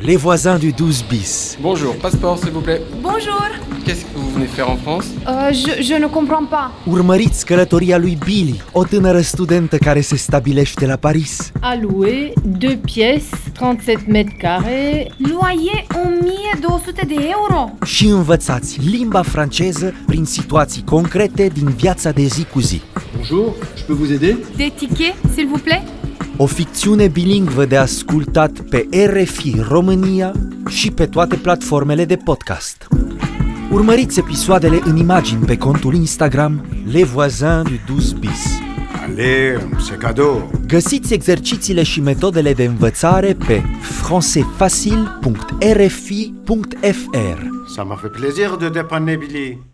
Les voisins du 12 bis. Bonjour, passeport s'il vous plaît. Bonjour Qu'est-ce que vous venez faire en France Euh, je, je ne comprends pas. Urmăriți călătoria lui Billy, o tânără studentă care se stabilește la Paris. à louer, deux pièces, 37 mètres carrés. Loyer 1200 de euro Și învățați limba franceză prin situații concrete din viața de zi cu zi. Bonjour, je peux vous aider Des tickets, s'il vous plaît O ficțiune bilingvă de ascultat pe RFI România și pe toate platformele de podcast. Urmăriți episoadele în imagini pe contul Instagram Les Voisins du 12 bis. Allez, c'est cadeau. Găsiți exercițiile și metodele de învățare pe françaisfacile.rfi.fr. Ça m'a fait plaisir de dépanner Billy.